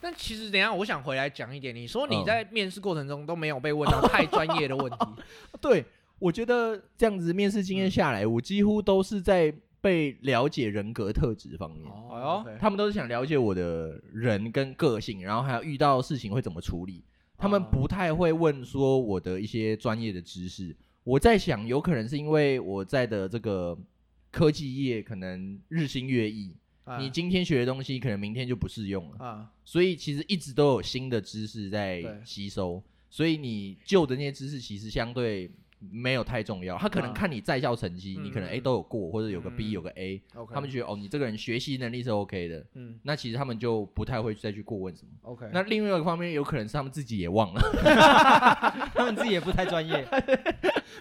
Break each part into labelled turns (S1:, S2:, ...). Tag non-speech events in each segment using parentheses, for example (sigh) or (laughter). S1: 但其实，等一下我想回来讲一点，你说
S2: 嗯
S1: 你在面试过程中都没有被问到太专业的问
S2: (laughs)
S1: 题，
S2: 对，我觉得这样子面试
S1: 嗯
S2: 经验下来，我几乎都是在被了解人格特质方面。
S1: 哦
S2: 他们都是想了解我的人跟个性，然后还有遇到事情会怎么处理。他们
S1: 哦
S2: 不太会问说我的一些专业的知识。我在想，有可能是因为我在的这个科技业可能日新月异，
S1: 啊
S2: 你今天学的东西可能明天就不适用了，
S1: 啊，
S2: 所以其实一直都有新的知识在
S1: 对
S2: 吸收，所以你旧的那些知识其实相对。没有太重要，他可能
S1: 啊
S2: 看你在校成绩，你可能
S1: 嗯
S2: 哎都有过，或者有个 B
S1: 嗯
S2: 有个 A，、
S1: OK
S2: 他们觉得哦你这个人学习能力是 OK 的，
S1: 嗯
S2: 那其实他们就不太会再去过问什么。
S1: OK，
S2: 那另外一个方面，有可能是他们自己也忘了，
S3: (laughs) 他们自己也不太
S2: (laughs)
S3: 专业，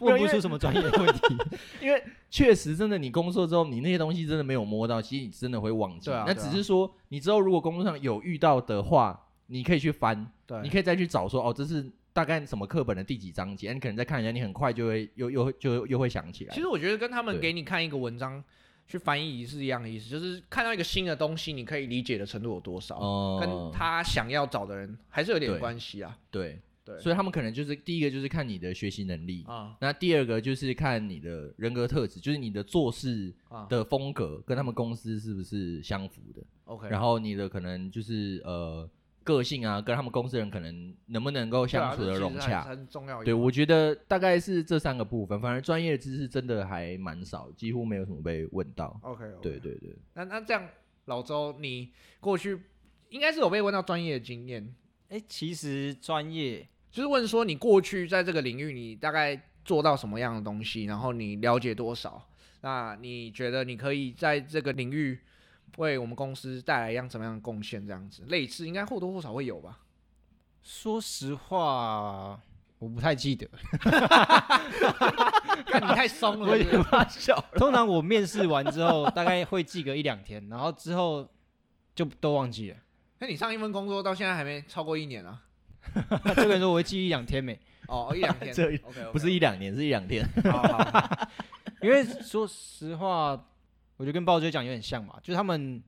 S2: 没有
S3: 问
S2: 因
S3: 不
S2: 为
S3: 出什么专业的问题。
S2: (laughs) 因为确实真的，你工作之后，你那些东西真的没有摸到，其实你真的会忘记。
S1: 对啊
S2: 那
S1: 对
S2: 只
S1: 啊
S2: 是说，你之后如果工作上有遇到的话，你可以去翻，
S1: 对，
S2: 你可以再去找说，哦，这是大概什么课本的第几章节，你可能再看一下，你很快就会又又就又会想起来
S1: 其。实我觉得跟他们
S2: 对
S1: 给你看一个文章去翻译是一样的意思，就是看到一个新的东西，你可以理解的程度有多少，
S2: 哦
S1: 跟他想要找的人还是有点
S2: 对
S1: 关系啊。
S2: 对，
S1: 对，
S2: 所以他们可能就是第一个就是看你的学习能力，
S1: 啊
S2: 那第二个就是看你的人格特质，就是你的做事
S1: 啊
S2: 的风格跟他们公司是不是相符的。
S1: ，OK，
S2: 然后你的可能就是呃个性啊，跟他们公司人可能能不能够
S1: 对啊
S2: 相处
S1: 这
S2: 的
S1: 其
S2: 融
S1: 实还是
S2: 洽。
S1: 很重要一
S2: 对，
S1: 环。
S2: 我觉得大概是这三个部分，反而专业知识真的还蛮少，几乎没有什么被问到。
S1: OK，, o k
S2: 对对对，
S1: 那那这样，老周，你过去应该是有被问到专业的经验，
S3: 哎、其实专业
S1: 就是问说你过去在这个领域你大概做到什么样的东西，然后你了解多少？那你觉得你可以在这个领域为我们公司带来一样什么样的贡献？这样子，类似应该或多或少会有吧？
S3: 说实话，我不太记得。
S1: 看你太松
S3: (laughs)
S1: 了，是不是
S2: 发笑。
S3: 通常我面试完之后，大概会记个一两天，然后之后就都忘 (laughs) 记了。
S1: 那你上一份工作到现在还没超过一年啊？
S3: 这个人说我会记一两天没，
S1: 哦，一两
S3: (laughs)
S1: 天，
S2: 这
S1: OK，
S2: 不是一两年，是一两天。
S1: 好好好
S3: 因为说实话，我觉得跟鲍追讲有点像嘛，就是他们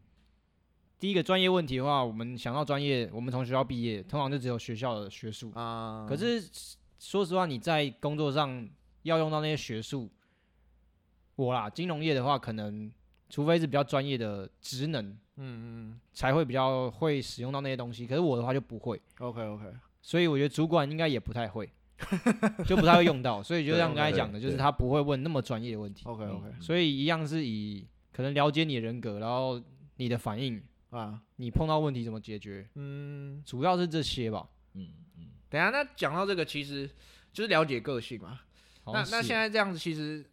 S3: 第一个专业问题的话，我们想到专业，我们从学校毕业，通常就只有学校的学术。
S1: 啊，
S3: 可是说实话，你在工作上要用到那些学术，我啦，金融业的话，可能除非是比较专业的职能，
S1: 嗯嗯
S3: 才会比较会使用到那些东西。可是我的话就不会，
S1: ，OK OK，
S3: 所以我觉得主管应该也不
S1: (laughs)
S3: 太会，就不太会用到。所以就像
S1: 对哦
S3: 刚才
S2: 对
S3: 讲的，就是
S2: 对
S3: 他不会问那么专业的问题。
S1: OK OK
S3: 所以一样是以可能了解你的人格，然后你的反应，
S1: 啊，
S3: 你碰到问题怎么解决，
S1: 嗯，
S3: 主要是这些吧。
S2: 嗯嗯，
S1: 等一下，那讲到这个，其实就是了解个性嘛。
S3: 好
S1: 那
S3: 像
S1: 那
S3: 哦是
S1: 现在这样子，其实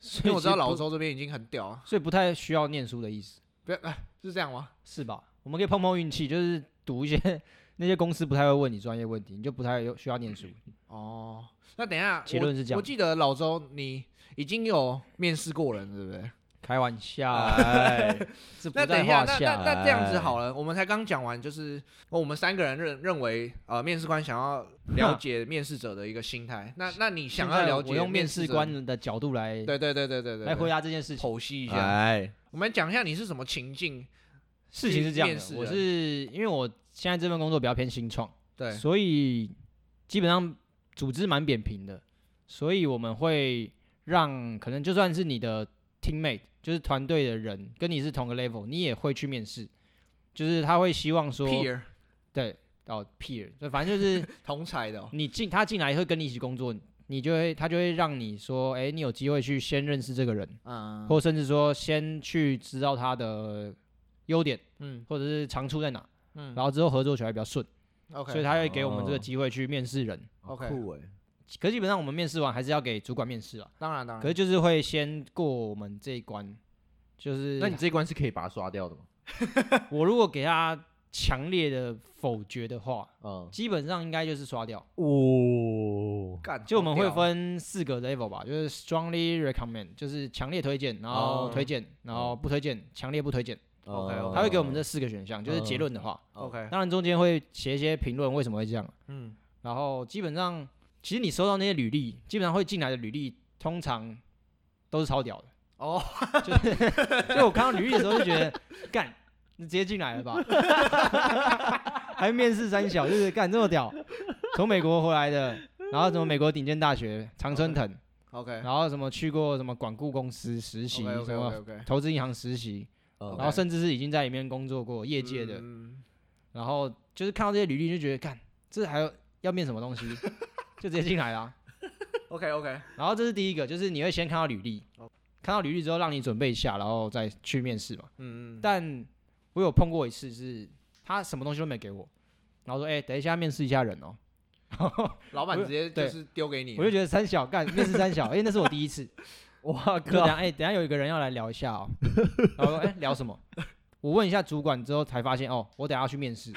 S3: 所
S1: 因
S3: 以
S1: 为我知道
S3: 其实
S1: 老
S3: 不，
S1: 周这边已经很屌啊，
S3: 所以不太需要念书的意思，
S1: 不要、哎，是这样吗？
S3: 是吧？我们可以碰碰运气，就是赌一些那些公司不太会问你专业问题，你就不太有需要念
S1: (laughs)
S3: 书。
S1: 哦，那等一下，
S3: 结
S1: 我
S3: 论是这样
S1: 我记得老周你已经有面试过人，对不对？
S3: 开玩笑，
S2: 哎，
S3: (laughs) 这不
S1: 那等
S3: 在
S1: 一下，
S3: 话
S1: 那那
S3: 下。
S1: 那这样子好了，我们才刚讲完，就是哦我们三个人认认为，呃，面试官想要了解面试者的一个心态。那那你想要
S3: 现在
S1: 了解
S3: 我用面
S1: 试
S3: 试
S1: 者
S3: 官的角度来
S1: 对对对对对对，
S3: 来回
S1: 答
S3: 答这件事情。
S1: 剖析一下。
S2: 哎，
S1: 我们讲一下你是什么情境？
S3: 事情是这样
S1: 面试
S3: 的，我
S1: 人
S3: 是因为我现在这份工作比较偏新创。
S1: 对，
S3: 所以基本上组织蛮扁平的，所以我们会让可能就算是你的 teammate，就是团队的人跟你是同个 level，你也会去面试，就是他会希望说
S1: peer
S3: 对哦 peer，就反正就是
S1: 同才的哦、
S3: 你进他进来会跟你一起工作，你就会他就会让你说，哎，你有机会去先认识这个人，
S1: 嗯，
S3: 或甚至说先去知道他的优点
S1: 嗯
S3: 或者是长处在哪，
S1: 嗯
S3: 然后之后合作起来比较顺，
S1: ，OK，
S3: 所以他会给我们
S2: 哦
S3: 这个机会去面试人。
S2: 好
S1: OK
S2: 酷哎，
S3: 可基本上我们面试完还是要给主管面试啊，
S1: 当然当
S3: 可
S1: 然，
S3: 是就是会先过我们这一关，就是
S2: 那你这一关是可以把它刷掉的吗？
S3: 我如果给他强烈的否决的话，
S2: 嗯，
S3: 基本上应该就是刷掉。
S2: 哦，
S1: 干
S3: 就我们会，
S1: 好屌哦
S3: 分四个 level 吧，就是 strongly recommend，就是强烈推荐，然后
S2: 哦
S3: 推荐，然后不推荐，强烈不推荐，
S1: OK，OK
S3: 他会给我们这四个选项，就是结论的话，
S2: 哦
S1: OK，
S3: 当然中间会写一些评论为什么会这样，
S1: 嗯，
S3: 然后基本上其实你收到那些履历，基本上会进来的履历通常都是超屌的。 (laughs)
S1: 哦，
S3: 就是， (laughs) 所以我看到履历的时候就觉得，干，你直接进来了吧？ (laughs) 还面试三小，就是干这么屌，从美国回来的，然后什么美国顶尖大学常春藤，
S1: OK，嗯
S3: 然后什么去过什么管顾公司实习，什
S1: OK
S3: 么
S1: OK，
S3: 投资银行实习，
S2: 呃
S1: ，OK 嗯
S3: 然后甚至是已经在里面工作过业界的，然后就是看到这些履历就觉得干这还有要面什么东西，
S1: (laughs)
S3: 就直接进来啦。
S1: OK OK，
S3: 然后这是第一个，就是你会先看到履历，
S1: 哦
S3: 看到履历之后让你准备一下，然后再去面试嘛。
S1: 嗯，
S3: 但我有碰过一次是，他什么东西都没给我，然后说：“哎、等一下面试一下人哦。”然
S1: (laughs)
S3: 后
S1: 老板直接就
S3: 对
S1: 是丢给你，
S3: 我就觉得三小干面试三小，哎、那是我第一次。
S2: 哇
S3: 就等
S2: 靠，
S3: 下哎、等一下有一个人要来聊一下哦。 (laughs) 然后说：“哎、聊什么？”我问一下主管之后才发现，哦，我等一下要去
S1: (laughs)
S3: 面试。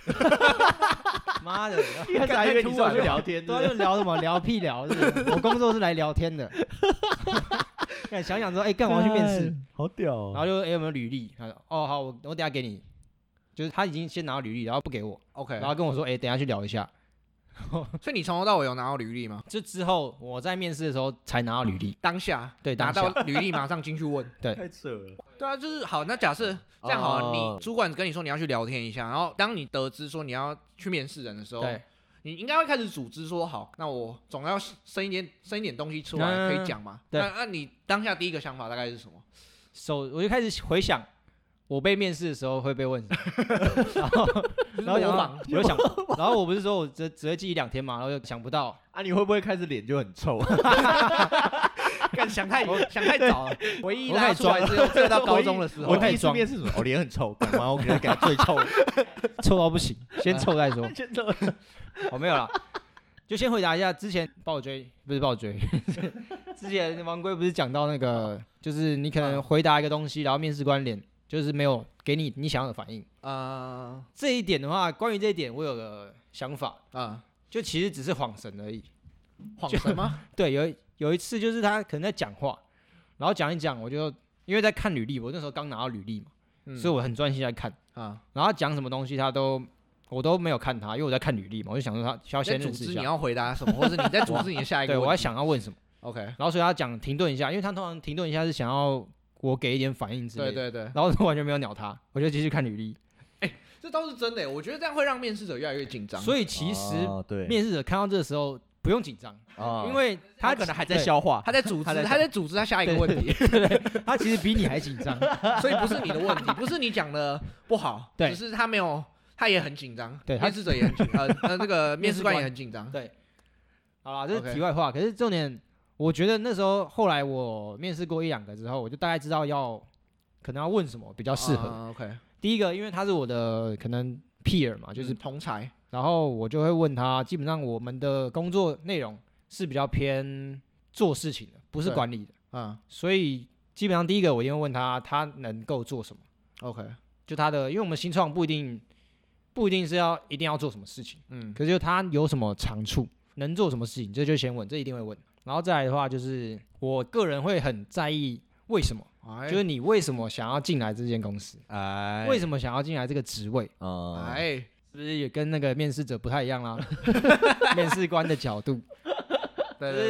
S3: 妈的！
S2: 越来越突然聊天，
S3: 对啊，就聊什么聊屁聊，是
S1: (laughs)
S3: 不是我工作是来聊天的。 (laughs) 干想想说，哎、干我要去面试，，
S2: 好屌
S3: 然后
S2: 哦！
S3: 就哎、有没有履历？他说哦好，我我等一下给你，就是他已经先拿到履历，然后不给我，
S1: OK，
S3: 然后跟我说哎、等一下去聊一下。
S1: 所以你从头到尾有拿到履历吗？
S3: 就之后我在面试的时候才拿到履历，
S1: 当下
S3: 对
S1: 拿
S3: 当下
S1: 到履历马上进去
S3: (laughs)
S1: 问，
S2: 太扯了，
S1: 对啊，就是好。那假设这样好了，
S2: 哦
S1: 你主管跟你说你要去聊天一下，然后当你得知说你要去面试人的时候，
S3: 对，
S1: 你应该会开始组织说好，那我总要生一点生一点东西出来、可
S3: 嗯
S1: 以讲嘛。
S3: 对
S1: 那那你当下第一个想法大概是什么？
S3: 手我就开始回想我被面试的时候会被问什么，
S1: (laughs)
S3: 然后
S1: 就是
S3: 然后想
S1: 模
S3: 到
S1: 仿，
S3: 我就想，然后我不是说我只只会记一两天嘛，然后就想不到，
S2: 啊，你会不会开始脸就很臭？
S1: 干 (laughs) 想太想太早了， (laughs) 回忆
S3: 我开
S1: 拉
S3: 始
S1: 出 (laughs) 来只有只有到高中的时
S2: 我
S1: 候
S3: 开
S2: 第
S3: 始
S2: 一次
S3: 装
S2: 面试什么？我脸很臭，干嘛？我可能感觉最臭的，
S3: (laughs) 臭到不行，先臭再
S1: (laughs)
S3: 说。
S2: 真的。
S3: 我、没有啦，就先回答一下之前爆追，不是爆追， (laughs) 之前王龟不是讲到那个，就是你可
S1: 嗯
S3: 能回答一个东西，然后面试官脸就是没有给你你想要的反应。
S1: 啊
S3: 这一点的话，关于这一点我有个想法，
S1: 啊，
S3: 就其实只是晃神而已。
S1: 晃神
S3: (laughs)
S1: 吗？
S3: 对，有一有一次就是他可能在讲话，然后讲一讲，我就因为在看履历，我那时候刚拿到履历嘛，
S1: 嗯
S3: 所以我很专心在看，
S1: 啊，
S3: 然后他讲什么东西他都。我都没有看他，因为我在看履历嘛，我就想说他需要
S1: 你在
S3: 先
S1: 组
S3: 认识
S1: 织
S3: 一
S1: 你
S3: 下。
S1: 要回答什么，或者你在组织你的下一个
S3: (laughs) 对，
S1: 问题。
S3: 我还想要问什么。
S1: OK，
S3: 然后所以他讲停顿一下，因为他通常停顿一下是想要我给一点反应之类
S1: 对
S3: 的。
S1: 对对，
S3: 然后我完全没有鸟他，我就继续看履历。
S1: 这倒是真的耶。我觉得这样会让面试者越来越紧张。
S3: 所以其实
S2: 哦对，
S3: 面试者看到这个时候不用紧张，
S1: 哦
S2: 啊
S3: 因为
S2: 他
S3: 他
S2: 可能还在
S3: 对，
S2: 消化
S1: 他，在组织，
S2: 他在
S1: 他在组织他下一个
S3: 对
S1: 问题，
S3: 他其实比你还紧张。
S1: 所以不是你的问题，不是你讲的不好，
S3: 对
S1: 只是他没有，他也很紧张，
S3: 对他
S1: 面试者也很紧，呃呃，那个面
S3: 面
S1: 试
S3: 试
S1: 官也
S3: 官
S1: 很紧张，
S3: 对，好啦，这
S1: OK
S3: 是题外话。可是重点，我觉得那时候后来我面试过一两个之后，我就大概知道要可能要问什么比较适合。
S1: 啊 OK，
S3: 第一个，因为他是我的可能 peer 嘛，
S1: 就
S3: 就是
S1: 是同才，
S3: 然后我就会问他，基本上我们的工作内容是比较偏做事情的，不是
S1: 对
S3: 管理的，
S1: 嗯
S3: 所以基本上第一个我一定会问他，他能够做什么，
S1: ，OK，
S3: 就他的，因为我们新创不一定不一定是要一定要做什么事情，
S1: 嗯
S3: 可是就他有什么长处，能做什么事情，这就先问，这一定会问。然后再来的话，就是我个人会很在意为什么，
S1: 哎，
S3: 就是你为什么想要进来这间公司，
S2: 哎
S3: 为什么想要进来这个职位，
S2: 啊，
S1: 哎，
S3: 是不是也跟那个面试者不太一样啦？
S1: (laughs)
S3: 面试官的角度。
S1: 对
S3: 就是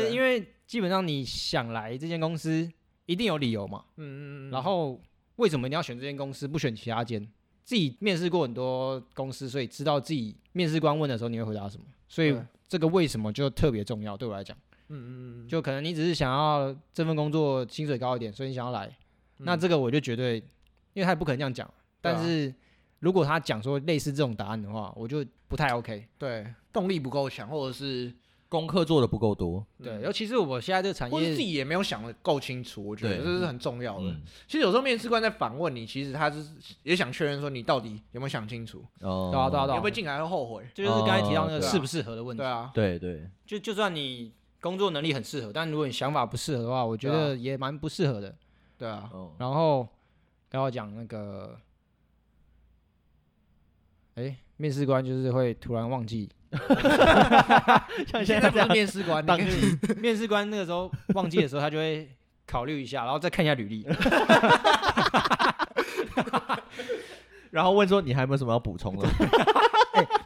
S1: 对，
S3: 因
S1: 为
S3: 为基本上你想来这间公司，一定有理由嘛。
S1: 嗯嗯嗯，
S3: 然后为什么你要选这间公司，不选其他间？自己面试过很多公司，所以知道自己面试官问的时候你会回答什么。所以
S1: 对
S3: 这个为什么就特别重要，对我来讲，
S1: 嗯嗯嗯，
S3: 就可能你只是想要这份工作薪水高一点，所以你想要来。那
S1: 嗯
S3: 这个我就绝对，因为他也不可能这样讲。
S1: 对啊
S3: 但是如果他讲说类似这种答案的话，我就不太 OK。
S1: 对动力不够强，或者是
S2: 功课做的不够多，
S3: 对，
S1: 嗯
S3: 尤其是我现在这个产
S1: 或是自
S3: 业，
S1: 己也没有想的够清楚，我觉得
S2: 对
S1: 这是很重要的
S2: 嗯。
S1: 其实有时候面试官在反问你，其实他是也想确认说你到底有没有想清楚，
S2: 哦
S3: 对啊对啊对
S1: 你
S3: 啊
S1: 会不会进来会后悔？
S3: 这就是刚才提到
S2: 哦
S3: 那个
S1: 对啊
S3: 适不适合的问题
S1: 对。啊，
S2: 对对，
S3: 就就算你工作能力很适合，但如果你想法不适合的话，我觉
S1: 啊
S3: 得也蛮不适合的。
S1: 对啊，
S2: 哦
S3: 然后刚刚讲那个，哎、面试官就是会突然忘记，
S2: 像
S1: 你现在不是面试官，
S2: 当
S1: 你可以
S3: (laughs) 面试官那个时候忘记的时候，他就会考虑一下，然后再看一下履历。
S2: 然后问说你还有没有什么要补充的？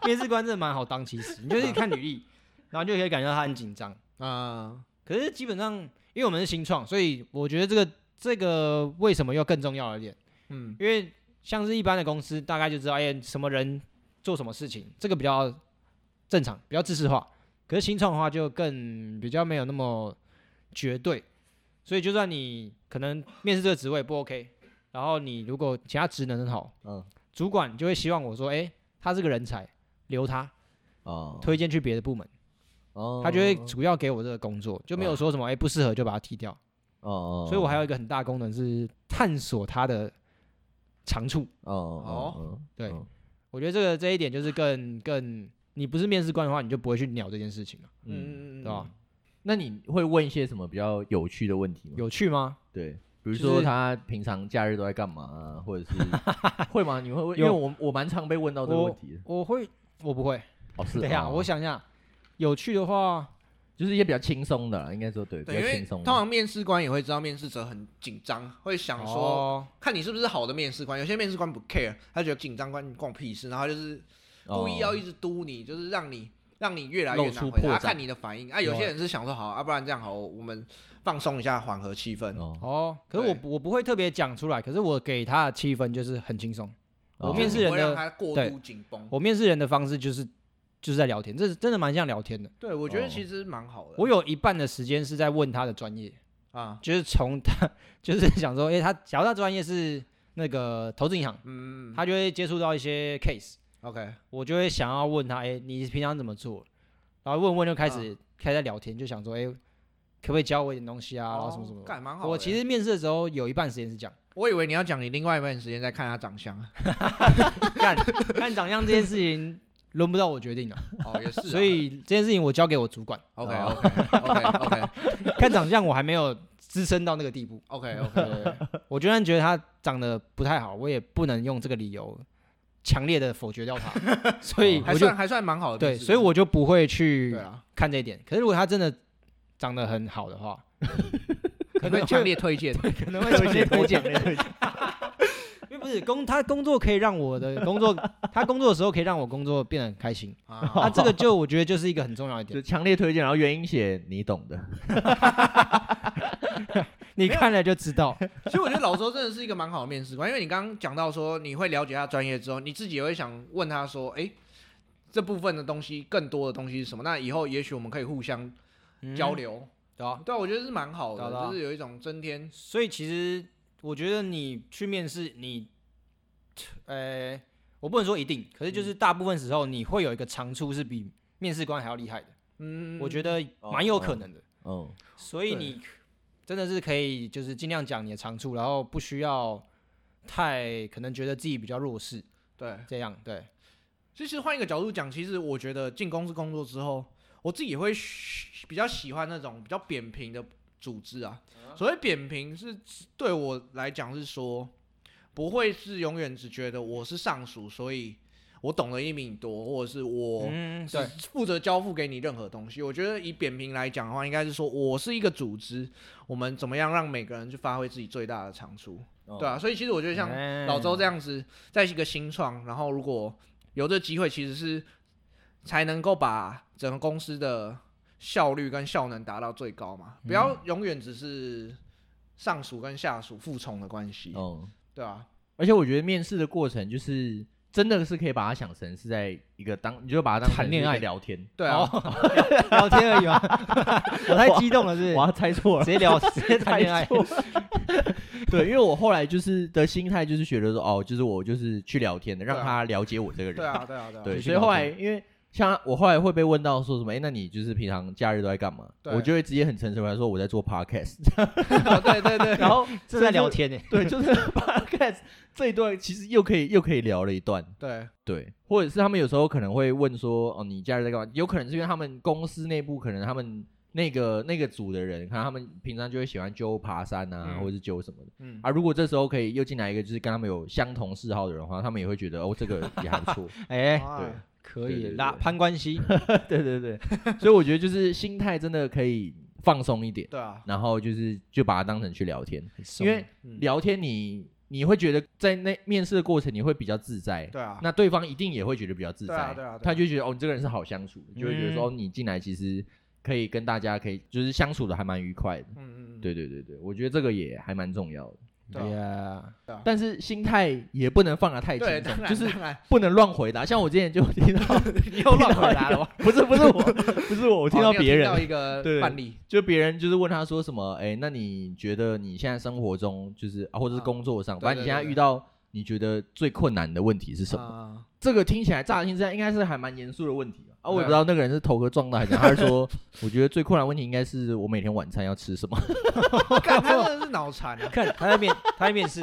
S3: 面试官真的蛮好当，其实你就是看履历，然后就可以感觉到他很紧张。
S1: 啊，
S3: 可是基本上，因为我们是新创，所以我觉得这个这个为什么又更重要了一点。
S1: 嗯
S3: 因为像是一般的公司，大概就知道哎、什么人做什么事情，这个比较正常，比较知识化。可是新创的话就更比较没有那么绝对，所以就算你可能面试这个职位不 OK，然后你如果其他职能很好，
S2: 嗯
S3: 主管就会希望我说，哎、他是个人才，留他，
S2: 哦，
S3: 推荐去别的部门，
S2: 哦
S3: 他就会主要给我这个工作，就没有说什么哎、不适合就把它踢掉。
S2: 哦哦，
S3: 所以我还有一个很大功能是探索他的长处。
S2: 哦哦
S3: 对
S2: 嗯
S3: 我觉得这个这一点就是更更，你不是面试官的话，你就不会去鸟这件事情了，
S2: 嗯，
S1: 嗯
S3: 对吧？？
S2: 那你会问一些什么比较有趣的问题吗？
S3: 有趣吗？
S2: 对，比如
S3: 就
S2: 说
S3: 是
S2: 他平常假日都在干嘛啊，或
S3: (laughs)
S2: 者是会吗？你会问？因为
S3: 有
S2: 我我蛮常被问到这个问题的。
S3: 我会，我不会。
S2: 哦，是
S3: 等一下，
S2: 哦
S3: 我想一下，有趣的话，
S2: 就是一些比较轻松的啦，应该说对，比
S1: 对，
S2: 较
S1: 因
S2: 轻
S1: 为
S2: 松啊
S1: 通
S2: 的。
S1: 常面试官也会知道面试者很紧张，会想说
S3: 哦，
S1: 看你是不是好的面试官。有些面试官不 care，他觉得紧张关你关我屁事，然后就是故意要
S2: 哦
S1: 一直嘟你，就是让你让你越来越
S2: 露出
S1: 难回
S2: 破
S1: 答，
S2: 绽
S1: 看你的反应。啊，有些人是想说好，啊，不然这样好，我们放松一下，缓和气氛。
S2: 哦
S3: 哦，可是我
S1: 对
S3: 不我不会特别讲出来，可是我给他的气氛就是很轻松。
S2: 哦
S3: 我
S2: (laughs)
S3: 面试人
S1: 不会让
S3: 的
S1: 他过
S3: 对
S1: 度紧绷。
S3: 我面试人的方式就是就是在聊天，这是真的蛮像聊天的。
S1: 对，我觉得
S2: 哦
S1: 其实蛮好的。
S3: 我有一半的时间是在问他的专业，
S1: 啊，
S3: 就是从他就是想说，诶，他假如他专业是那个投资银行，
S1: 嗯
S3: 他就会接触到一些 case，
S1: ，OK，
S3: 我就会想要问他，诶，你平常怎么做？然后问问就开
S1: 嗯
S3: 始、开始在聊天，就想说，诶，可不可以教我一点东西啊？然后什么什么
S1: 哦
S3: 的。
S1: 干蛮好的。
S3: 我其实面试的时候有一半时间是这样，
S1: 我以为你要讲你另外一半时间在看他长相啊。
S3: 看看长相这件事情轮不到我决定
S1: (laughs)
S3: 了，
S1: 哦，也是啊。
S3: 所以这件事情我交给我主管。
S1: OK OK OK OK
S3: 看长相我还没有资深到那个地步，
S1: OK 哦 OK，
S3: (laughs) 我就算觉得他长得不太好，我也不能用这个理由强烈的否决
S1: (laughs)
S3: 掉他，所以
S1: 哦还
S3: 我就
S1: 算还算蛮好的
S3: 对，
S1: 面试
S3: 所以我就不
S1: 对
S3: 会去
S1: 啊，
S3: 看这一点。可是如果他真的长得很好的
S1: (laughs)
S3: 话，
S1: 可
S3: 嗯可
S1: 能
S3: 能
S1: 强
S3: 就
S1: 烈推荐。
S3: 可能会强烈推荐。
S2: 推荐。
S3: 因为不是工，他工作可以让我的工作， (laughs) 他工作的时候可以让我工作变得很开心。 (laughs)
S1: 啊
S3: 那这个就我觉得就是一个很重要的
S2: 就
S1: (laughs)
S3: 点。
S2: 强烈推荐，然后原因写你懂的。
S3: 你看了就知道，
S1: 其实我觉得老周真的是一个蛮好的面试官，因为你刚刚讲到说你会了解他专业之后，你自己也会想问他说，哎、这部分的东西更多的东西是什么？那以后也许我们可以互相 (laughs) 交
S3: 嗯
S1: 流。
S3: 对啊。
S1: 对啊，我觉得是蛮好的，
S3: 对啊对啊
S1: 就是有一种增添。
S3: 所以其实我觉得你去面试，你，呃，我不能说一定，可是
S1: 嗯
S3: 就是大部分时候你会有一个长处是比面试官还要厉害的，
S1: 嗯，
S3: 我觉得
S2: 哦
S3: 蛮有可能的。
S2: 嗯，
S3: 所以
S1: 对
S3: 你真的是可以就是尽量讲你的长处，然后不需要太可能觉得自己比较弱势，
S1: 对。
S3: 这样对。
S1: 其实换一个角度讲，其实我觉得进公司工作之后，我自己也会喜比较喜欢那种比较扁平的组织啊。
S3: 嗯
S1: 所谓扁平是对我来讲是说，不会是永远只觉得我是上属，所以我懂得一米多，或者哦是我
S3: 嗯，
S1: 只
S3: 对，
S1: 负责交付给你任何东西。我觉得以扁平来讲的话，应该是说我是一个组织，我们怎么样让每个人去发挥自己最大的长处，
S2: 哦
S1: 对啊。，所以其实我觉得像
S3: 哎
S2: 嗯
S1: 老周这
S3: 样，
S1: 样子，在一个新创，然后如果有这机会，其实是才能够把整个公司的效率跟效能达到最高嘛。
S2: 嗯
S1: 不要永远只是上属跟下属服从的关系，
S2: 嗯，
S1: 对啊，
S2: 而且我觉得面试的过程就是真的是可以把它想成是在一个当，你就把它当成
S3: 谈恋
S2: 是一个
S3: 爱
S2: 聊天。
S1: 对啊，
S2: 哦
S3: 聊天而
S2: (laughs)
S3: 已嘛，我太激动了，是
S2: 哇，
S3: 不
S2: 猜错
S3: 是？
S2: 了，
S3: 直接聊，直接谈
S1: (laughs)
S3: 恋爱
S2: 猜，错了对，因为我后来就是的心态就是觉得说，哦，就是我就是去聊天的，
S1: 对啊
S2: 让他了解我这个人。
S1: 对啊，对啊，对啊，
S2: 对，
S3: 继续
S2: 所以
S3: 聊
S2: 后来
S3: 天
S2: 因为像我后来会被问到说什么，哎、那你就是平常假日都在干嘛？
S1: 对
S2: 我就会直接很诚实地说我在做 podcast，
S1: 啊对对对，
S2: 然后
S3: 这在聊天呢。
S2: (laughs) 对， (laughs) 就是 podcast 这一段其实又可以又可以聊了一段，
S1: 对，
S2: 对，或者是他们有时候可能会问说，哦，你假日在干嘛？有可能是因为他们公司内部可能他们。那个那个组的人，可能他们平常就会喜欢揪爬山啊，
S1: 嗯
S2: 或者是揪什么的
S1: 嗯，
S2: 啊。如果这时候可以又进来一个就是跟他们有相同嗜好的人的话，他们也会觉得哦，这个也还
S1: (laughs)
S2: 不错。
S3: 哎，
S1: 哇
S2: 对
S3: 可
S2: 对
S3: 以
S2: 对对
S3: 拉攀关系，
S2: 对对对，所以我觉得就是心态真的可以放松一点，
S1: 对啊，
S2: 然后就是就把它当成去聊天，因
S3: 因
S2: 为
S3: 为
S1: 嗯
S2: 聊天你你会觉得在那面试的过程你会比较自在，
S1: 对啊，
S2: 那对方一定也会觉得比较自在，
S1: 对啊对啊对啊
S2: 他就觉得哦你这个人是好相处的，就会觉得说、哦
S3: 嗯
S2: 你进来其实可以跟大家可以就是相处的还蛮愉快的，
S1: 嗯嗯，嗯，
S2: 对对对对，我觉得这个也还蛮重要的，
S1: 对啊
S3: Yeah，
S1: 对啊
S2: 但是心态也不能放得太
S1: 对，
S2: 轻
S1: 当
S2: 松，
S1: 然
S2: 就是
S1: 当然
S2: 不能乱回答。像我之前就听到
S1: (laughs) 你又乱回答了
S2: (laughs)
S1: 吧。
S2: 不是不是我，不是我，我听
S1: 哦
S2: 到
S1: 你有
S2: 别人
S1: 听到一个
S2: 对
S1: 范例，
S2: 就别人就是问他说什么，哎、那你觉得你现在生活中就是、啊、或者是
S1: 啊
S2: 工作上，
S1: 对
S2: 反正你
S1: 对
S2: 现在
S1: 对啊
S2: 遇到你觉得最困难的问题是什么？ (laughs)
S1: 么？
S2: 这个听起来乍听之下应该是还蛮严肃的问题吧啊，我也
S1: 对啊
S2: 不知道那个人是头壳撞到还是怎样，他是说我觉得最困难的问题应该是我每天晚餐要吃什么。
S1: 看他真的是脑残
S4: (laughs)
S1: 啊！
S4: 看他在面，他在面
S2: (laughs)
S4: 试，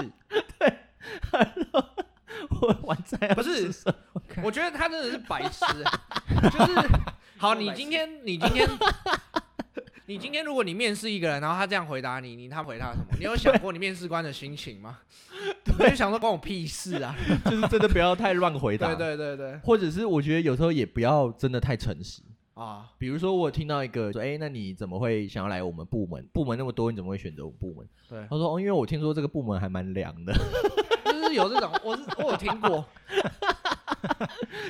S2: 我晚
S1: (laughs)
S2: 餐要
S1: 不是
S2: 吃什么
S1: 我觉得他真的是白痴欸， (laughs) 就是好，你今天你今天 (laughs) 你今天如果你面试一个人，然后他这样回答你，你他回答什么？你有想过你面试官的心情吗？ (laughs) 我就想说关我屁事 (laughs) 啊！
S2: 就是真的不要太乱 (laughs) 回答。
S1: 对对对对
S2: 或者是我觉得有时候也不要真的太诚实。
S1: 啊，
S2: 比如说我听到一个说，哎、那你怎么会想要来我们部门？部门那么多，你怎么会选择我们部门？
S1: 对
S2: 他说，哦，因为我听说这个部门还蛮凉
S1: (laughs)
S2: 的，
S1: 就是有这种，我是我有听 (laughs) 过，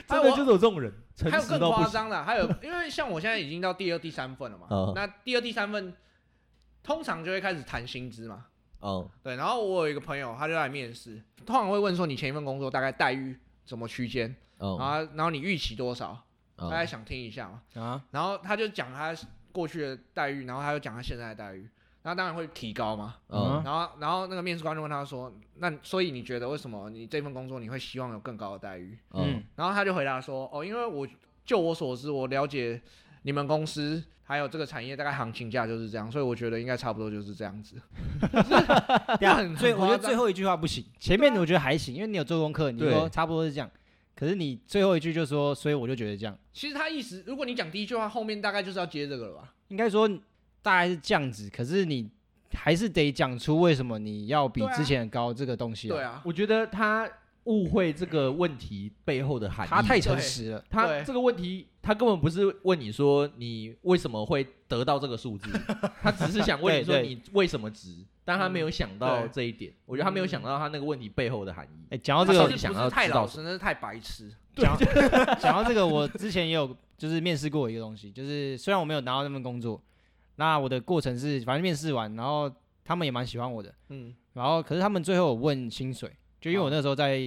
S2: 真的就是有这种人，诚
S1: 还有
S2: 实
S1: 更
S2: 到不
S1: 夸
S2: 行。
S1: 张的，还有因为像我现在已经到第二、第三份了嘛，
S2: 嗯
S1: 那第二、第三份通常就会开始谈薪资嘛。
S2: 嗯，
S1: 对，然后我有一个朋友，他就来面试，通常会问说你前一份工作大概待遇什么区间，然
S2: 哦，
S1: 后然后你预期多少，
S2: 嗯
S1: 大概想听一下嘛。
S3: 啊，
S1: 然后他就讲他过去的待遇，然后他就讲他现在的待遇，那当然会提高嘛。
S2: 嗯
S3: 嗯
S1: 然后，然后那个面试官就问他说：“那所以你觉得为什么你这份工作你会希望有更高的待遇？”
S2: 嗯
S3: 嗯，
S1: 然后他就回答说：“哦，因为我就我所知，我了解你们公司还有这个产业大概行情价就是这样，所以我觉得应该差不多就是这样子。 (laughs)
S4: 对啊
S1: 很
S4: 所以我觉得
S1: 很夸张啊
S4: 最后一句话不行。
S3: 前面我觉得还行，因为你有做功课，你
S2: 对
S3: 说差不多是这样。可是你最后一句就说，所以我就觉得这样，
S1: 其实他意思，如果你讲第一句话，后面大概就是要接这个了吧？
S3: 应该说大概是这样子。可是你还是得讲出为什么你要比
S1: 对啊
S3: 之前高这个东西、
S1: 对，啊，
S2: 我觉得他误会这个问题背后的含义。
S3: 他太诚实了。
S2: 他
S1: 对
S2: 这个问题，他根本不是问你说你为什么会得到这个数字，他只是想问你说
S3: 对对
S2: 你为什么值，但他没有想到
S1: 嗯对
S2: 这一点。我觉得他没有想到他那个问题背后的含义。
S3: 哎、讲到这
S1: (laughs)
S2: 他
S3: 个
S2: 到
S1: 其
S2: 底，
S1: 实
S2: 想
S1: 不
S2: 要
S1: 是太
S2: 知道
S1: 老
S2: 什
S1: 实，那是太白痴。
S3: (laughs) 讲讲到这个，我之前也有就是面试过一个东西，就是虽然我没有拿到那份工作，那我的过程是反正面试完，然后他们也蛮喜欢我的，
S1: 嗯，
S3: 然后可是他们最后有问薪水，就
S1: 哦
S3: 因为我那时候在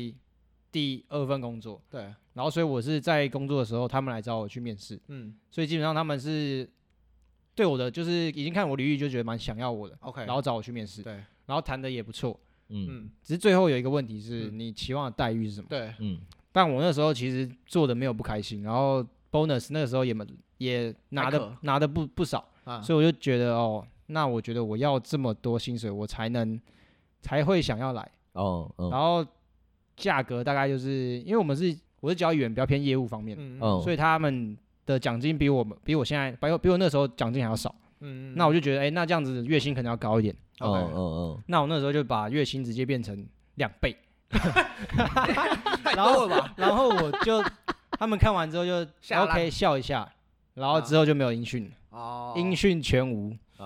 S3: 第二份工作，
S1: 对，
S3: 然后所以我是在工作的时候他们来找我去面试，
S1: 嗯
S3: 所以基本上他们是对我的就是已经看我履历就觉得蛮想要我的，
S1: ，OK，
S3: 然后找我去面试，
S1: 对，
S3: 然后谈的也不错，
S2: 嗯
S1: 嗯，
S3: 只是最后有一个问题是
S1: 嗯
S3: 你期望的待遇是什么？
S1: 对，
S2: 嗯，
S3: 但我那时候其实做的没有不开心，然后 bonus 那个时候也蛮也拿
S1: 还
S3: 的
S1: 可
S3: 拿的不不少，
S1: 啊，
S3: 所以我就觉得哦，那我觉得我要这么多薪水，我才能才会想要来。
S2: 哦，嗯
S3: 然后价格大概就是因为我们是我是教语言比较偏业务方面，
S1: 嗯
S2: 哦，
S3: 所
S2: 以
S3: 以呃他们的奖金比我们比我现在比我比我那时候奖金还要少，
S1: 嗯
S3: 那我就觉得哎，那这样子月薪可能要高一点。
S2: 哦哦
S1: OK，
S2: 哦，
S3: 那我那时候就把月薪直接变成两倍，
S1: 太
S3: 然
S1: 多
S3: 后
S1: 了吧？
S3: 然后我就 (laughs) 他们看完之后就
S1: 吓烂
S3: OK 笑一下，然后之后就没有音讯， (laughs)
S1: 哦，
S3: 音讯全无。
S2: 啊，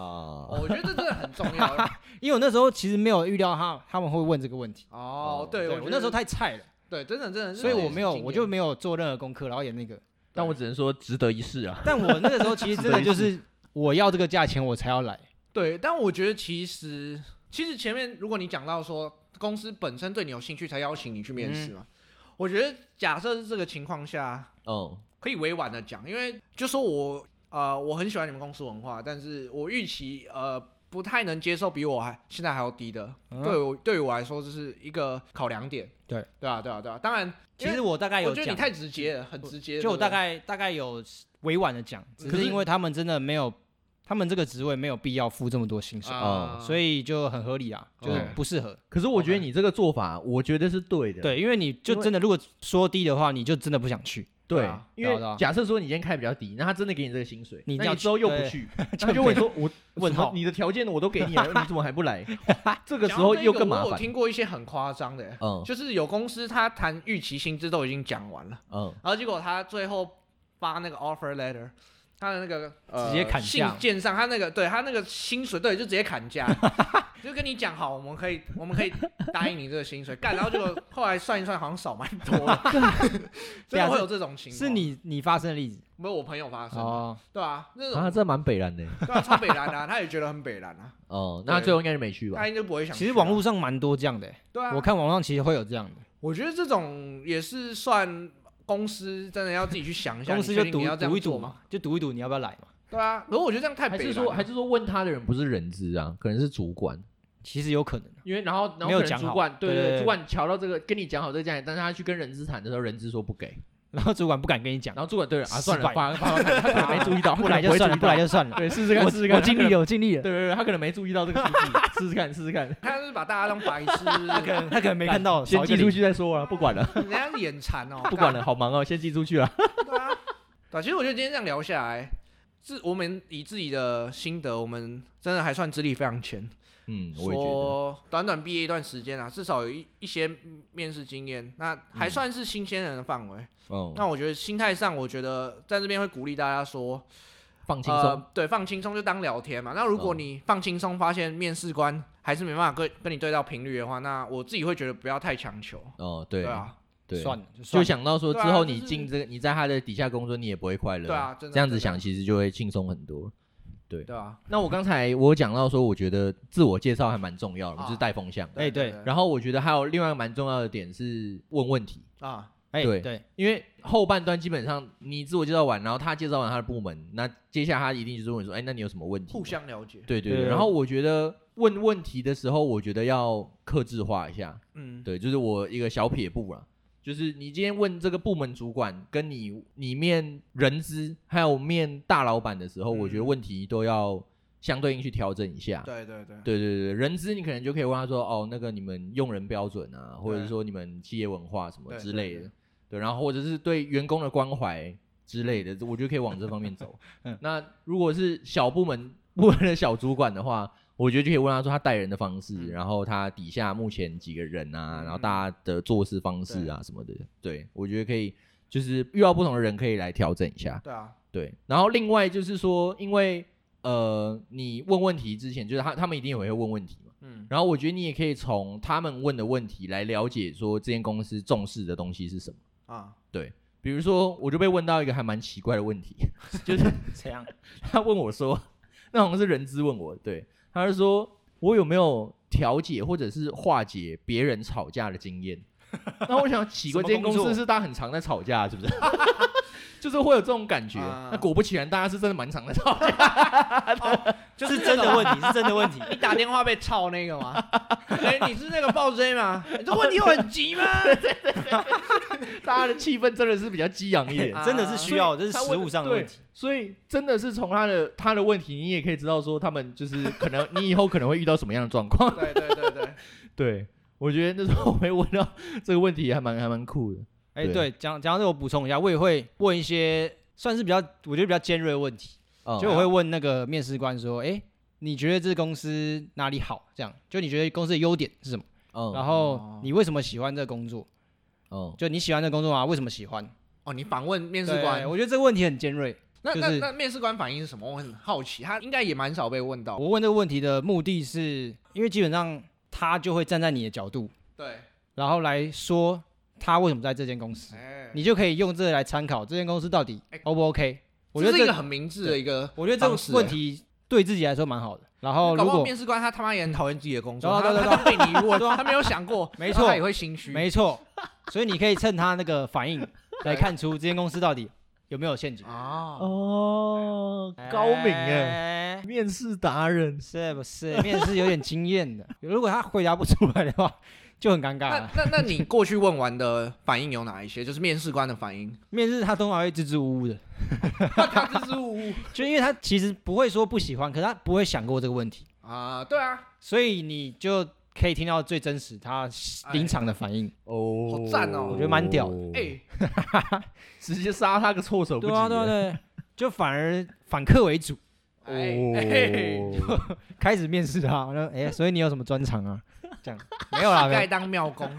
S1: 哦， (laughs) 我觉得这真的很重
S3: (laughs)
S1: 要。哦
S3: 因为我那时候其实没有预料他他们会问这个问题，
S1: 哦，对，
S3: 对
S1: 觉
S3: 我
S1: 得
S3: 那时候太菜了，
S1: 对，真的真的，
S3: 所以我没
S1: 这也是
S3: 有
S1: 经验
S3: 我就没有做任何功课，然后也那个，
S2: 但我只能说值得一试啊。
S3: 但我那个时候其实真的就是 (laughs) 我要这个价钱我才要来，
S1: 对，但我觉得其实其实前面如果你讲到说公司本身对你有兴趣才邀请你去面
S3: 嗯
S1: 试嘛，我觉得假设是这个情况下，
S2: 哦，
S1: 可以委婉的讲，因为就说我呃我很喜欢你们公司文化，但是我预期呃不太能接受比我还现在还要低的，
S3: 嗯
S1: 对我对于我来说这是一个考量点。
S3: 对
S1: 对啊对啊对啊，当然
S3: 其实我大概有
S1: 我觉得你
S3: 讲，
S1: 太直接了，很直接，
S3: 就我
S1: 对不对
S3: 大概大概有委婉的讲，只
S2: 可
S3: 是
S2: 是
S3: 因为他们真的没有，他们这个职位没有必要付这么多薪水，
S2: 哦
S1: 啊
S3: 所以就很合理啊，就是
S1: 嗯
S3: 不适合。
S2: 可是我觉得
S1: OK
S2: 你这个做法，我觉得是对的。
S3: 对，因为你就
S2: 因为
S3: 真的如果说低的话，你就真的不想去，
S1: 对
S2: 对
S1: 啊，
S2: 因
S3: 对啊对
S2: 为
S3: 啊
S2: 假设说你今天开比较低，那他真的给你这个薪水，
S3: 你
S2: 那
S3: 要
S2: 你
S3: 去
S2: 之后又不
S3: 对 (laughs)
S2: 去，
S3: 就
S2: 他就会
S3: 没
S2: 说我
S3: (laughs) 问
S2: 什么
S3: 号
S2: 你的条件我都给你了，你怎么还不
S3: (laughs)
S2: 来？这个时
S1: 讲到
S2: 候
S1: 这
S2: 又
S1: 个
S2: 更麻
S1: 我有
S2: 烦。
S1: 听过一些很夸张的、
S2: 嗯
S1: 就是有公司他谈预期薪资都已经讲完了，
S2: 嗯
S1: 然后结果他最后发那个 offer letter，他的那个呃
S4: 直接砍价
S1: 信件上，他那个对他那个薪水对就直接砍
S3: (laughs)
S1: 价，就跟你讲好，我们可以我们可以答应你这个薪水，干，然后结果后来算一算好像少蛮多 (laughs)
S3: (laughs)
S1: 的，真的会有这种情况，
S3: 是你你发生的例子
S1: 没有我朋友发生的，
S3: 哦，
S1: 对啊，那种、
S2: 啊，这蛮北然的。
S1: 对啊超北蓝啊，他也觉得很北蓝
S3: (laughs)
S1: 啊，
S2: 哦，那他最后应该是没去吧
S1: 他？应该不会想去啊、
S3: 其实网络上蛮多这样的欸、
S1: 对啊，
S3: 我看网上其实会有这样的，
S1: 我觉得这种也是算公司真的要自己去想一下，
S3: (laughs) 公司
S1: 你
S3: 就
S1: 确定
S3: 赌
S1: 你要这样
S3: 赌一赌
S1: 做吗？
S3: 嘛，就赌一赌你要不要来嘛，
S1: 对啊，可是我觉得这样太
S2: 还
S1: 北
S2: 是
S1: 蓝
S2: 说
S1: 了，
S2: 还是说问他的人不是人资啊，可能是主管，
S3: 其实有可能啊，
S2: 因为然后然后
S3: 没有
S2: 可能
S3: 讲好
S2: 主管对
S3: 对对
S2: 对
S3: 对
S2: 主管瞧到这个跟你讲好这个价钱，但是他去跟人资谈的时候，人资说不给，
S3: 然后主管不敢跟你讲
S2: 然，后主管对了啊算了，
S3: 失败
S2: 反反正他可能没注意到，他
S3: (laughs) 不
S2: 可
S3: 来
S2: 能
S3: 就
S2: 会
S3: 算了，
S2: 注意
S3: 不
S2: 到
S3: 来就算
S2: (laughs)
S3: 了，
S2: 对试试看
S3: 我
S2: 试试看，
S3: 我尽力
S2: 有
S3: 了，我尽力
S2: 对
S3: 了，
S2: 对对，他可能没注意到这个数据，试试看试试看，
S1: 他就是把大家当白
S2: (laughs)
S1: 痴，
S3: 他可能他可能没看
S1: 哦
S3: 到，
S2: 先
S3: 少一个
S2: 寄出
S3: 零，
S2: 去再说啊，不管
S1: (laughs)
S2: 了
S1: 人家眼馋哦，
S2: 不管了，好忙哦，先寄出去了。
S1: 干。对啊，对啊，其实我觉得今天这样聊下来，自我们以自己的心得，我们真的还算资历非常浅。
S2: 嗯，我也觉得。
S1: 说短短毕业一段时间啊，至少有一一些面试经验，那还算是新鲜人的范围。
S2: 嗯哦，
S1: 那我觉得心态上，我觉得在这边会鼓励大家说，
S2: 放轻松，
S1: 呃，对，放轻松就当聊天嘛。那如果
S2: 嗯
S1: 你放轻松，发现面试官还是没办法跟跟你对到频率的话，那我自己会觉得不要太强求。
S2: 哦，对
S1: 对啊，
S2: 对，
S3: 算了，就算
S2: 就
S3: 了
S2: 想到说之
S1: 对啊
S2: 后
S1: 就
S2: 你
S1: 是
S2: 进这个，你在他的底下工作，你也不会快乐，
S1: 对啊，真的
S2: 这样子
S1: 真的
S2: 想其实就会轻松很多。
S1: 对啊，
S2: 那我刚才我有讲到说，我觉得自我介绍还蛮重要的，
S1: 啊
S2: 就是带风向。
S3: 哎对
S2: 然后我觉得还有另外一个蛮重要的点是问问题，
S1: 啊，
S3: 哎
S2: 对
S3: 对，
S2: 因为后半段基本上你自我介绍完，然后他介绍完他的部门，那接下来他一定就是问说，哎，那你有什么问题吗？
S1: 互相了解，
S2: 对对对。
S3: 对
S2: 然后我觉得问问题的时候，我觉得要克制化一下，
S1: 嗯，
S2: 对，就是我一个小撇步啦，就是你今天问这个部门主管，跟你你面人资还有面大老板的时候，我觉得
S1: 嗯
S2: 问题都要相对应去调整一下。
S1: 对对对，
S2: 对对对对，人资你可能就可以问他说，哦，那个你们用人标准啊，或者是
S1: 对
S2: 说你们企业文化什么
S1: 对
S2: 之
S1: 对
S2: 类的，
S1: 对
S2: 对，然后或者是对员工的关怀之类的，我觉得可以往这方
S1: (laughs)
S2: 面走。
S1: 嗯
S2: 那如果是小部门部门的小主管的话，我觉得就可以问他说他带人的方式，
S1: 嗯
S2: 然后他底下目前几个人啊，
S1: 嗯
S2: 然后大家的做事方式啊什么的，对我觉得可以，就是遇到不同的人可以来调整一下。
S1: 对啊，
S2: 对，然后另外就是说，因为呃，你问问题之前，就是他他们一定也会问问题嘛。
S1: 嗯，
S2: 然后我觉得你也可以从他们问的问题来了解说这间公司重视的东西是什么。
S1: 啊，
S2: 比如说，我就被问到一个还蛮奇怪的问题， (laughs)
S3: 怎样？
S2: 他问我说， (laughs) 那好像是人资问我，对，他是说我有没有调解或者是化解别人吵架的经
S3: (laughs)
S2: 验？那我想奇怪，这
S3: 什么
S2: 间公
S3: 工作
S2: 司是大家很常在吵架，是不是？ (laughs) 就是会有这种感觉。
S1: 啊
S2: 那果不其然，大家是真的蛮常在吵架。
S4: 是真的问题，是真的
S1: (laughs)
S4: 问题。
S1: 你打电话被操那个吗？哎，你是那个暴 J 吗？你这问题有很急吗？
S2: 大家的气氛真的是比较激昂一点
S3: (laughs)
S1: 啊，
S4: 真的是需要，这是
S2: 他
S4: 实
S2: 问
S4: 物上的问题。
S2: 所以真的是从他的他的问题，你也可以知道说他们就是可能你以后可能会遇到什么样的状况。
S3: (laughs)
S1: 对对对对，
S2: 对，我觉得那时候我没问到这个问题还蛮还蛮酷的。
S3: 哎
S2: 对
S3: 对，讲讲到这个我补充一下，我也会问一些算是比较我觉得比较尖锐的问题。
S2: 哦
S3: 就我会问那个面试官说：“哎、你觉得这公司哪里好？这样，就你觉得公司的优点是什么？
S2: 嗯
S3: 然
S1: 哦
S3: 后你为什么喜欢这个工作？
S2: 嗯
S3: 就你喜欢这个工作吗？为什么喜欢？
S1: 哦，你访问面
S3: 面
S1: 试官，
S3: 我觉得这个问题很尖锐。
S1: 那
S3: 就
S1: 那
S3: 是
S1: 那面试官反应是什么？我很好奇，他应该也蛮少被问到。
S3: 我问这个问题的目的是因为基本上他就会站在你的角度，
S1: 对，
S3: 然后来说他为什么在这间公司，
S1: 哎，
S3: 你就可以用这个来参考这间公司到底
S1: 哎
S3: O 不 OK？我觉
S1: 这
S3: 得
S1: 是一
S3: 这
S1: 个很明智的一个，
S3: 我觉得这
S1: 方式欸
S3: 个问题对自己来说蛮好的。然后
S1: 搞
S3: 哦如
S1: 不好
S3: 果
S1: 面试官他他妈也很讨厌自己的工作，
S3: 对啊对啊
S1: 他他被你一问，他没有想过，
S3: 没
S1: 然 (laughs)
S3: 错
S1: 后他也会心虚。
S3: 没错，所以你可以趁他那个反应
S1: (laughs)
S3: 来看出这间公司到底有没有陷阱。
S1: 啊，
S2: 哦，高明哎，
S1: 欸
S3: 哎，
S2: 面试达人。
S3: 是不是？面试有点经验的，如果他回答不出来的话，就很尴尬
S1: 那
S3: 了。
S1: 那那你过去问完的反应有哪一些？就是面试官的反应，
S3: 面试他通常会支支吾吾的，
S1: 他支支吾吾
S3: 就因为他其实不会说不喜欢，可是他不会想过这个问题，
S1: 啊，对啊，
S3: 所以你就可以听到最真实他
S1: 哎
S3: 临场的反应。
S2: 哦
S1: 好赞哦我
S3: 觉得蛮屌的
S1: 哎，
S2: 直接杀他个措手不
S3: 对
S2: 及。欸
S3: 啊，对啊，对啊，就反而反客为主，
S1: 哎
S2: 哦
S3: 哦
S1: 哎，
S2: (laughs)
S3: 开始面试他。 (laughs) 那哎，所以你有什么专长啊？这样没有
S1: (laughs)
S3: 啦，没有
S1: 盖。当庙工，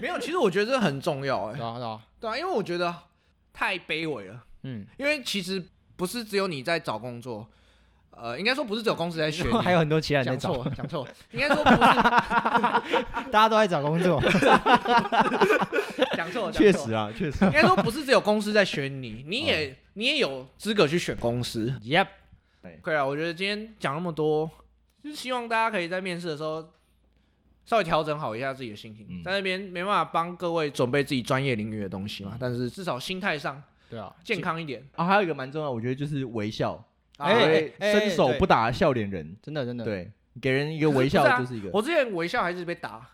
S1: 没有，其实我觉得这很重要，哎
S3: 对，啊，对啊，
S1: 对啊，因为我觉得太卑微了。
S3: 嗯，
S1: 因为其实不是只有你在找工作，呃，应该说不是只有公司在
S3: (laughs)
S1: 选你，
S4: 还有很多其他人在
S1: 讲
S4: 找，
S1: 错讲错，应该说不是
S3: 大家都在找工作，
S1: 讲错，讲错
S2: (laughs) 确实啊，确实。
S1: 应该说不是只有公司在选你，你也、你也有资格去选公司。
S3: Yep，
S1: 可以啊，我觉得今天讲那么多，就是希望大家可以在面试的时候稍微调整好一下自己的心情，
S2: 嗯
S1: 在那边没办法帮各位准备自己专业领域的东西
S2: 嗯
S1: 嘛，但是至少心态上
S3: 对啊，
S1: 健康一点。
S2: 啊，还有一个蛮重要，我觉得就是微笑，
S1: 啊
S3: 哎
S2: 因
S1: 对
S2: 为
S3: 哎哎
S2: 伸手
S3: 对
S2: 不打笑脸人，
S3: 真的真的，
S2: 对，给人一个
S1: 可是
S2: 微
S1: 不是
S2: 笑
S1: 啊
S2: 就是一个。
S1: 我之前微笑还是被
S2: (laughs)
S1: 打，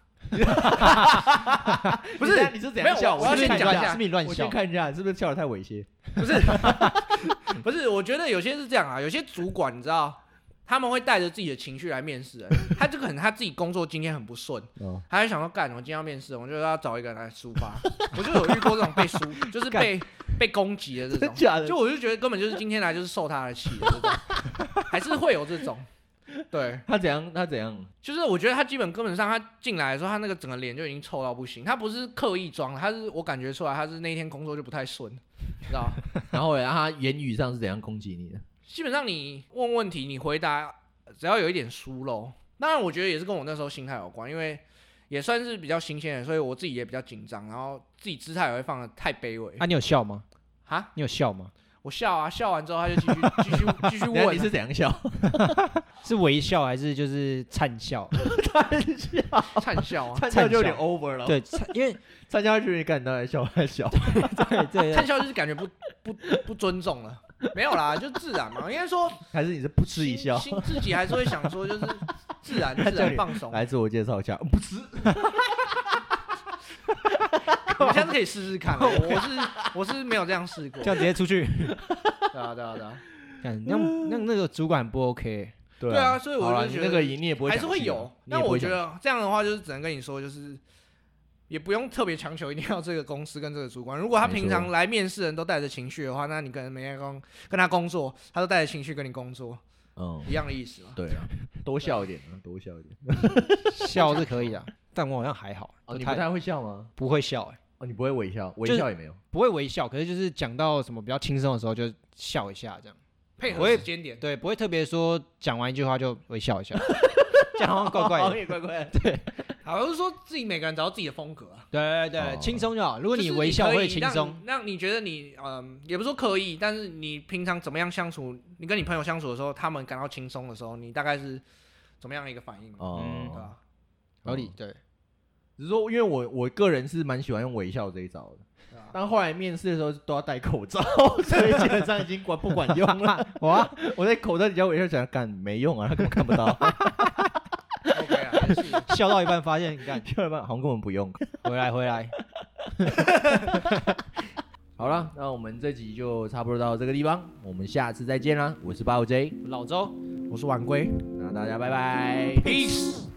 S2: 不是，你是怎样笑？
S1: 没有我要
S2: 先
S1: 先
S2: 看一
S1: 讲一
S2: 下，
S1: 下
S3: 是不是你乱
S2: 我
S3: 笑
S2: 先？看一下，是不是笑的太猥亵？
S1: 不是不是，我觉得有些是这样啊，有些主管你知道。他们会带着自己的情绪来面试人，他这个很他自己工作今天很不顺，
S2: (laughs) 哦，
S1: 他还想说干，我今天要面试，我就要找一个人来抒 (laughs) 发。我就有遇过这种被抒，就是被被攻击的这种，
S2: 假
S1: 就我就觉得根本就是今天来就是受他的气的这种， (laughs) 还是会有这种。对，
S2: 他怎样？他怎样？
S1: 就是我觉得他基本根本上他进来的时候，他那个整个脸就已经臭到不行。他不是刻意装的，他是我感觉出来他是那一天工作就不太顺，你知道吗？
S2: 然后嘞他言语上是怎样攻
S1: (laughs)
S2: 击你的？
S1: 基本上你问问题，你回答呃只要有一点疏漏，当然我觉得也是跟我那时候心态有关，因为也算是比较新鲜的，所以我自己也比较紧张，然后自己姿态也会放的太卑微
S3: 啊，你有笑吗？
S1: 啊。
S3: 你有笑吗？
S1: 我笑啊，笑完之后他就
S2: (laughs)
S1: 继续继续继续
S2: 等 (laughs) 一下
S1: 问
S2: 你
S1: 啊、
S2: 是怎样笑？
S1: (laughs)
S3: 是微笑还是就是灿笑？
S1: 灿笑啊，
S2: 灿
S1: (laughs)
S3: 笑
S2: 就有点 over 了。，
S3: 对，灿因为
S2: 参加去你感到在笑
S1: (laughs)
S2: 在笑。
S3: 对对
S1: 灿笑就是感觉不 (laughs) 不不尊重了，没有啦，就自然嘛。应该说
S2: 还是你是噗 (laughs) 嗤一笑？
S1: 心心自己还是会想说就是自
S2: (laughs)
S1: 然自
S2: 叫你
S1: 然放松。
S2: 来自我介绍 (laughs) 一下，噗嗤。
S1: 你下次可以试试看啊，我是 (laughs) 我是没有这样试过。
S2: (laughs)
S3: (laughs)
S2: 啊
S3: 这样直接出去，
S1: 对啊对啊对啊，
S3: 干那那那个主管不 OK，
S2: 对
S1: 对啊，，所以
S2: 好
S1: 我
S2: 了，
S1: 就
S2: 你
S1: 觉
S2: 那
S1: 得
S2: 个赢你也不会
S1: 还
S2: 想
S1: 是
S2: 去啊，
S1: 会有。
S2: 你也
S1: 那
S2: 不
S1: 我
S2: 会
S1: 觉
S2: 想去。
S1: 得这样的话，就是只能跟你说，就是也不用特别强求一定要这个公司跟这个主管。如果他
S2: 没错
S1: 平常来面试人都带着情绪的话，那你可能每天工跟他工作，他都带着情绪跟你工作，
S2: 嗯，
S1: 一样的意思嘛。
S2: 对啊，多笑一点啊，多笑一点。
S3: 笑是可以的，但我好像还好，
S2: 哦，
S3: 不
S2: 你不太会笑吗？
S3: 不会笑，哎，
S2: 哦，你不会微笑，微
S3: 就是
S2: 笑也没有。
S3: 不会微笑，可是就是讲到什么比较轻松的时候就笑一下这样，
S1: 配合
S3: 我也
S1: 时间点，
S3: 对，不会特别说讲完一句话就微
S1: (laughs)
S3: 笑一下，这样好像怪怪的，
S2: 也怪怪的。
S1: 好像是说自己每个人找到自己的风格啊。
S3: 对对
S2: 哦
S3: 对，轻松就好。如果
S1: 就是
S3: 你
S1: 你
S3: 微笑
S1: 可
S3: 会
S1: 以
S3: 轻
S1: 让
S3: 松，，
S1: 让你觉得你嗯，也不是说刻意，但是你平常怎么样相处，你跟你朋友相处的时候，他们感到轻松的时候，你大概是怎么样的一个反应？
S2: 哦
S3: 嗯，
S1: 对啊吧？
S3: 合
S1: 哦
S3: 理对。
S2: 只是说，因为我我个人是蛮喜欢用微笑这一招的，
S1: 对啊吧
S2: 但后来面试的时候都要戴口罩， (laughs) 所以基本上已经管不管用
S3: (laughs)
S2: 了。我啊，我在口罩底下微笑想干没用啊，他根本看不
S3: (laughs)
S2: 到，
S1: ？OK 啊，也是
S3: 笑到一半发现，你看
S2: 要不然好像根本不用。
S3: 回来回来，
S2: (laughs) 好了，那我们这集就差不多到这个地方，我们下次再见啦。我是八五 J，
S3: 老周。
S1: 我是晚归
S2: 那大家拜拜。
S1: ，peace。